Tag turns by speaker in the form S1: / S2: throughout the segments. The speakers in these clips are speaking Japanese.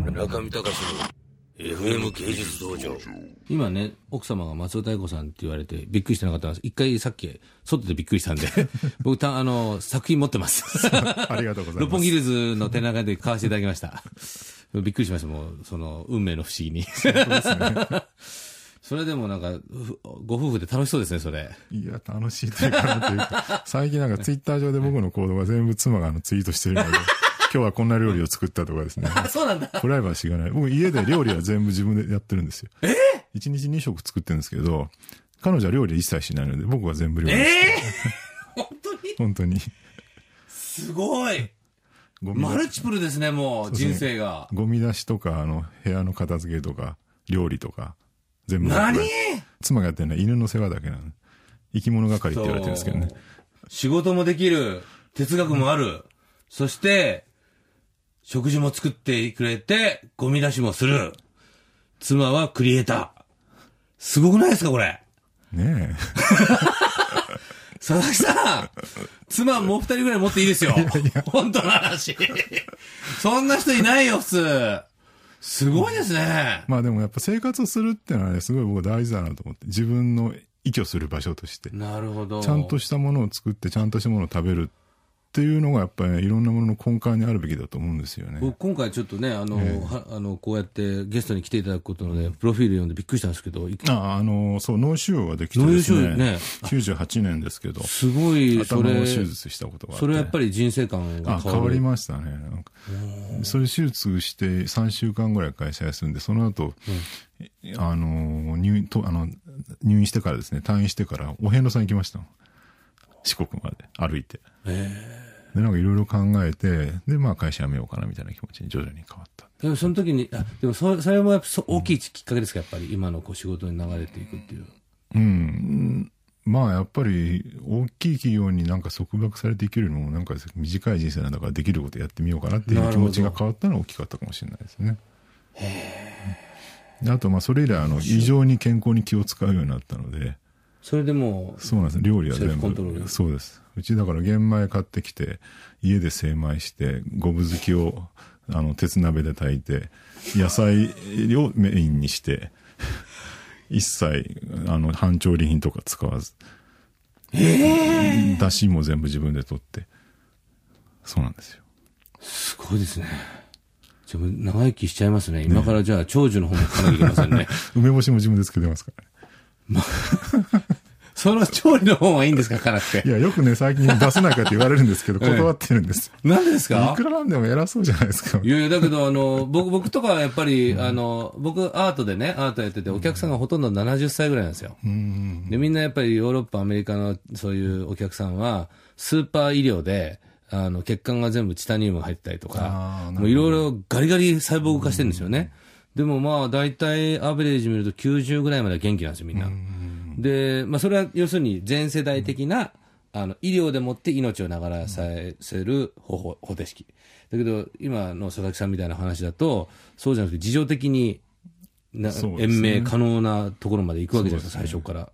S1: 村上隆の FM 芸術道場
S2: 今ね、奥様が松尾太子さんって言われて、びっくりしてなかったんです。一回さっき、外でびっくり したんで、僕た、あの、作品持ってます。
S3: ありがとうござい
S2: 六
S3: ま
S2: 本
S3: す。
S2: 木ヒルズの展覧会で買わせていただきました。びっくりしました、もう、その、運命の不思議に。それでもなんか、ふご夫婦で楽しそうですね、それ。
S3: いや、楽しいというかなんというか、 最近なんかツイッター上で僕の行動が全部妻があのツイートし てるので、今日はこんな料理を作ったとかですね。
S2: そうなんだ。
S3: プライバシーがない。僕家で料理は全部自分でやってるんですよ。え ?1 日2食作ってるんですけど、彼女は料理は一切しないので、僕は全部料理して、
S2: 本当に
S3: 本当に。
S2: すごい
S3: ゴミ
S2: マ
S3: 出
S2: ル
S3: し
S2: チプルですね、もう、
S3: そう
S2: 人
S3: ですね
S2: 生が。
S3: ゴミ出しとか、あの、部屋の片付けとか、料理とか、全部僕が。
S2: 何
S3: 妻がやってるのは犬の世話だけなの。生き物係って言われてるんですけどね
S2: そ。う仕事もできる、哲学もある、そして、食事も作ってくれて、ゴミ出しもする。妻はクリエイター。すごくないですか、これ。
S3: ね
S2: 佐々木さん、妻もう二人ぐらい持っていいですよ。本当の話。そんな人いないよ、普通。すごいですね
S3: え。。まあでもやっぱ生活をするってのはね、すごい僕大事だなと思って。自分の依拠する場所として。
S2: なるほど。
S3: ちゃんとしたものを作って、ちゃんとしたものを食べるっていうのがやっぱり、ね、いろんなものの根幹にあるべきだと思うんですよね。
S2: 僕今回ちょっとね、あの、はあの、こうやってゲストに来ていただくことので、プロフィール読んでびっくりしたんですけど、い
S3: あ、あの、そう、脳腫瘍ができてです
S2: 脳腫瘍
S3: ね。
S2: ね
S3: 98年ですけど、
S2: すごい、そ
S3: 頭
S2: れ
S3: を、手術したことがあって。
S2: それはやっぱり人生観が
S3: あ
S2: 変
S3: 変
S2: わる。
S3: わりましたねなんかそれ手術して3週間ぐらい会社休んでその後、あの入院とあの入院してからですね退院してからお遍路さん行きましたもん四国まで歩いてでなんかいろいろ考えてでまあ会社辞めようかなみたいな気持ちに徐々に変わった
S2: でもその時に、あ、でもそそれもやっぱそ大きいきっかけですか、やっぱり今のこう仕事に流れていくっていう。
S3: うんまあやっぱり大きい企業になんか束縛されていけるのもなんか短い人生なんだからできることやってみようかなっていう気持ちが変わったのは大きかったかもしれないですね。であとまあそれ以来あの異常に健康に気を使うようになったので
S2: それでもう、
S3: そうなんです料理は
S2: セル
S3: 全
S2: フコントロール
S3: 部そうですうちだから玄米買ってきて家で精米してごぶ漬きをあの鉄鍋で炊いて野菜をメインにして一切あの半調理品とか使わずえだしも全部自分で取ってそうなんですよ
S2: すごいですね。じゃあもう長生きしちゃいますね。今からじゃあ長寿の方も行かなきゃいけません ね。
S3: 梅干しも自分で作けてますからね
S2: その調理の方はいいんですか、かなく
S3: い
S2: て。
S3: やよくね最近出せないかって言われるんですけど 断ってるんです
S2: なんでです
S3: い
S2: か
S3: くらなんでも偉そうじゃないですか
S2: いやいや、だけど、あの、僕、僕とかはやっぱり、あの、僕、アートでね、アートやってて、お客さんがほとんど70歳ぐらいなんですよ。で、みんなやっぱりヨーロッパ、アメリカのそういうお客さんは、スーパー医療で、あの、血管が全部チタニウムが入ったりと
S3: あ
S2: か
S3: ー、なるほど
S2: もういろいろガリガリ細胞化してるんですよね。でもまあ、大体アベレージ見ると90ぐらいまでは元気なんですよ、みんな。で、まあ、それは要するに全世代的な、あの、医療でもって命を流らさせる方法、方程式。だけど、今の佐々木さんみたいな話だと、そうじゃなくて、事情的にな、
S3: そうです
S2: 延
S3: ね
S2: 命可能なところまで行くわけじゃないですか、最初から。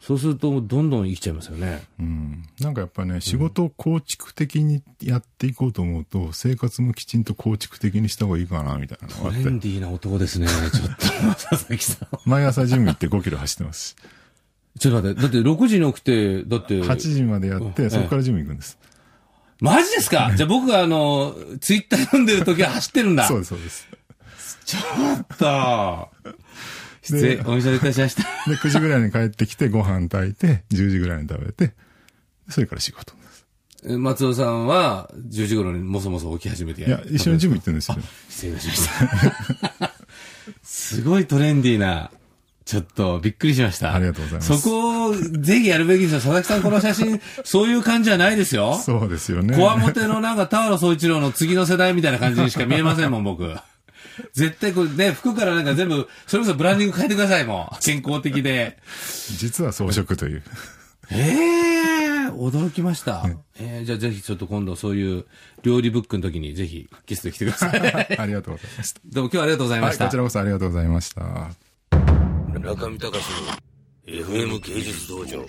S2: そうすると、どんどん生きちゃいますよね。
S3: うん、なんかやっぱね、仕事を構築的にやっていこうと思うと、生活もきちんと構築的にした方がいいかな、みたいなの
S2: ト
S3: があ
S2: レ
S3: って
S2: ン。ディーな男です ね、ちょっと。佐々木さん。
S3: 毎朝ジム行って5キロ走って ます。
S2: ちょっと待って、だって6時に起きて、だって。
S3: 8時までやって、そこからジム行くんです。
S2: マジですかじゃあ僕があの、ツイッター読んでる時は走ってるんだ。
S3: そうです、そう です。
S2: ちょっと。失礼
S3: で、
S2: お見せいたしました。
S3: で、9時ぐらいに帰ってきて、ご飯炊いて、10時ぐらいに食べて、それから仕事です。
S2: 松尾さんは、10時頃にもそもそ起き始めて
S3: いや、一緒にジム行ってるんですよ。
S2: 失礼いたしました。すごいトレンディーな、ちょっとびっくりしました。
S3: ありがとうございます
S2: そこをぜひやるべきですよ。佐々木さんこの写 真、そういう感じじゃないですよ。
S3: そうですよね。
S2: こわもてのなんか、田原総一郎の次の世代みたいな感じにしか見えませんもん、僕。絶対これね、服からなんか全部、それこそブランディング変えてください、 もう。健康的で。
S3: 実は装飾と いう。
S2: ええ驚きました。えーじゃあぜひちょっと今度そういう料理ブックの時にぜひゲスト来てくださ い。
S3: ありがとうございました。
S2: どうも今日はありがとうございま
S3: は
S2: し
S3: い、
S2: た。
S3: こちらこそありがとうございました。
S1: 村上隆の FM 芸術道場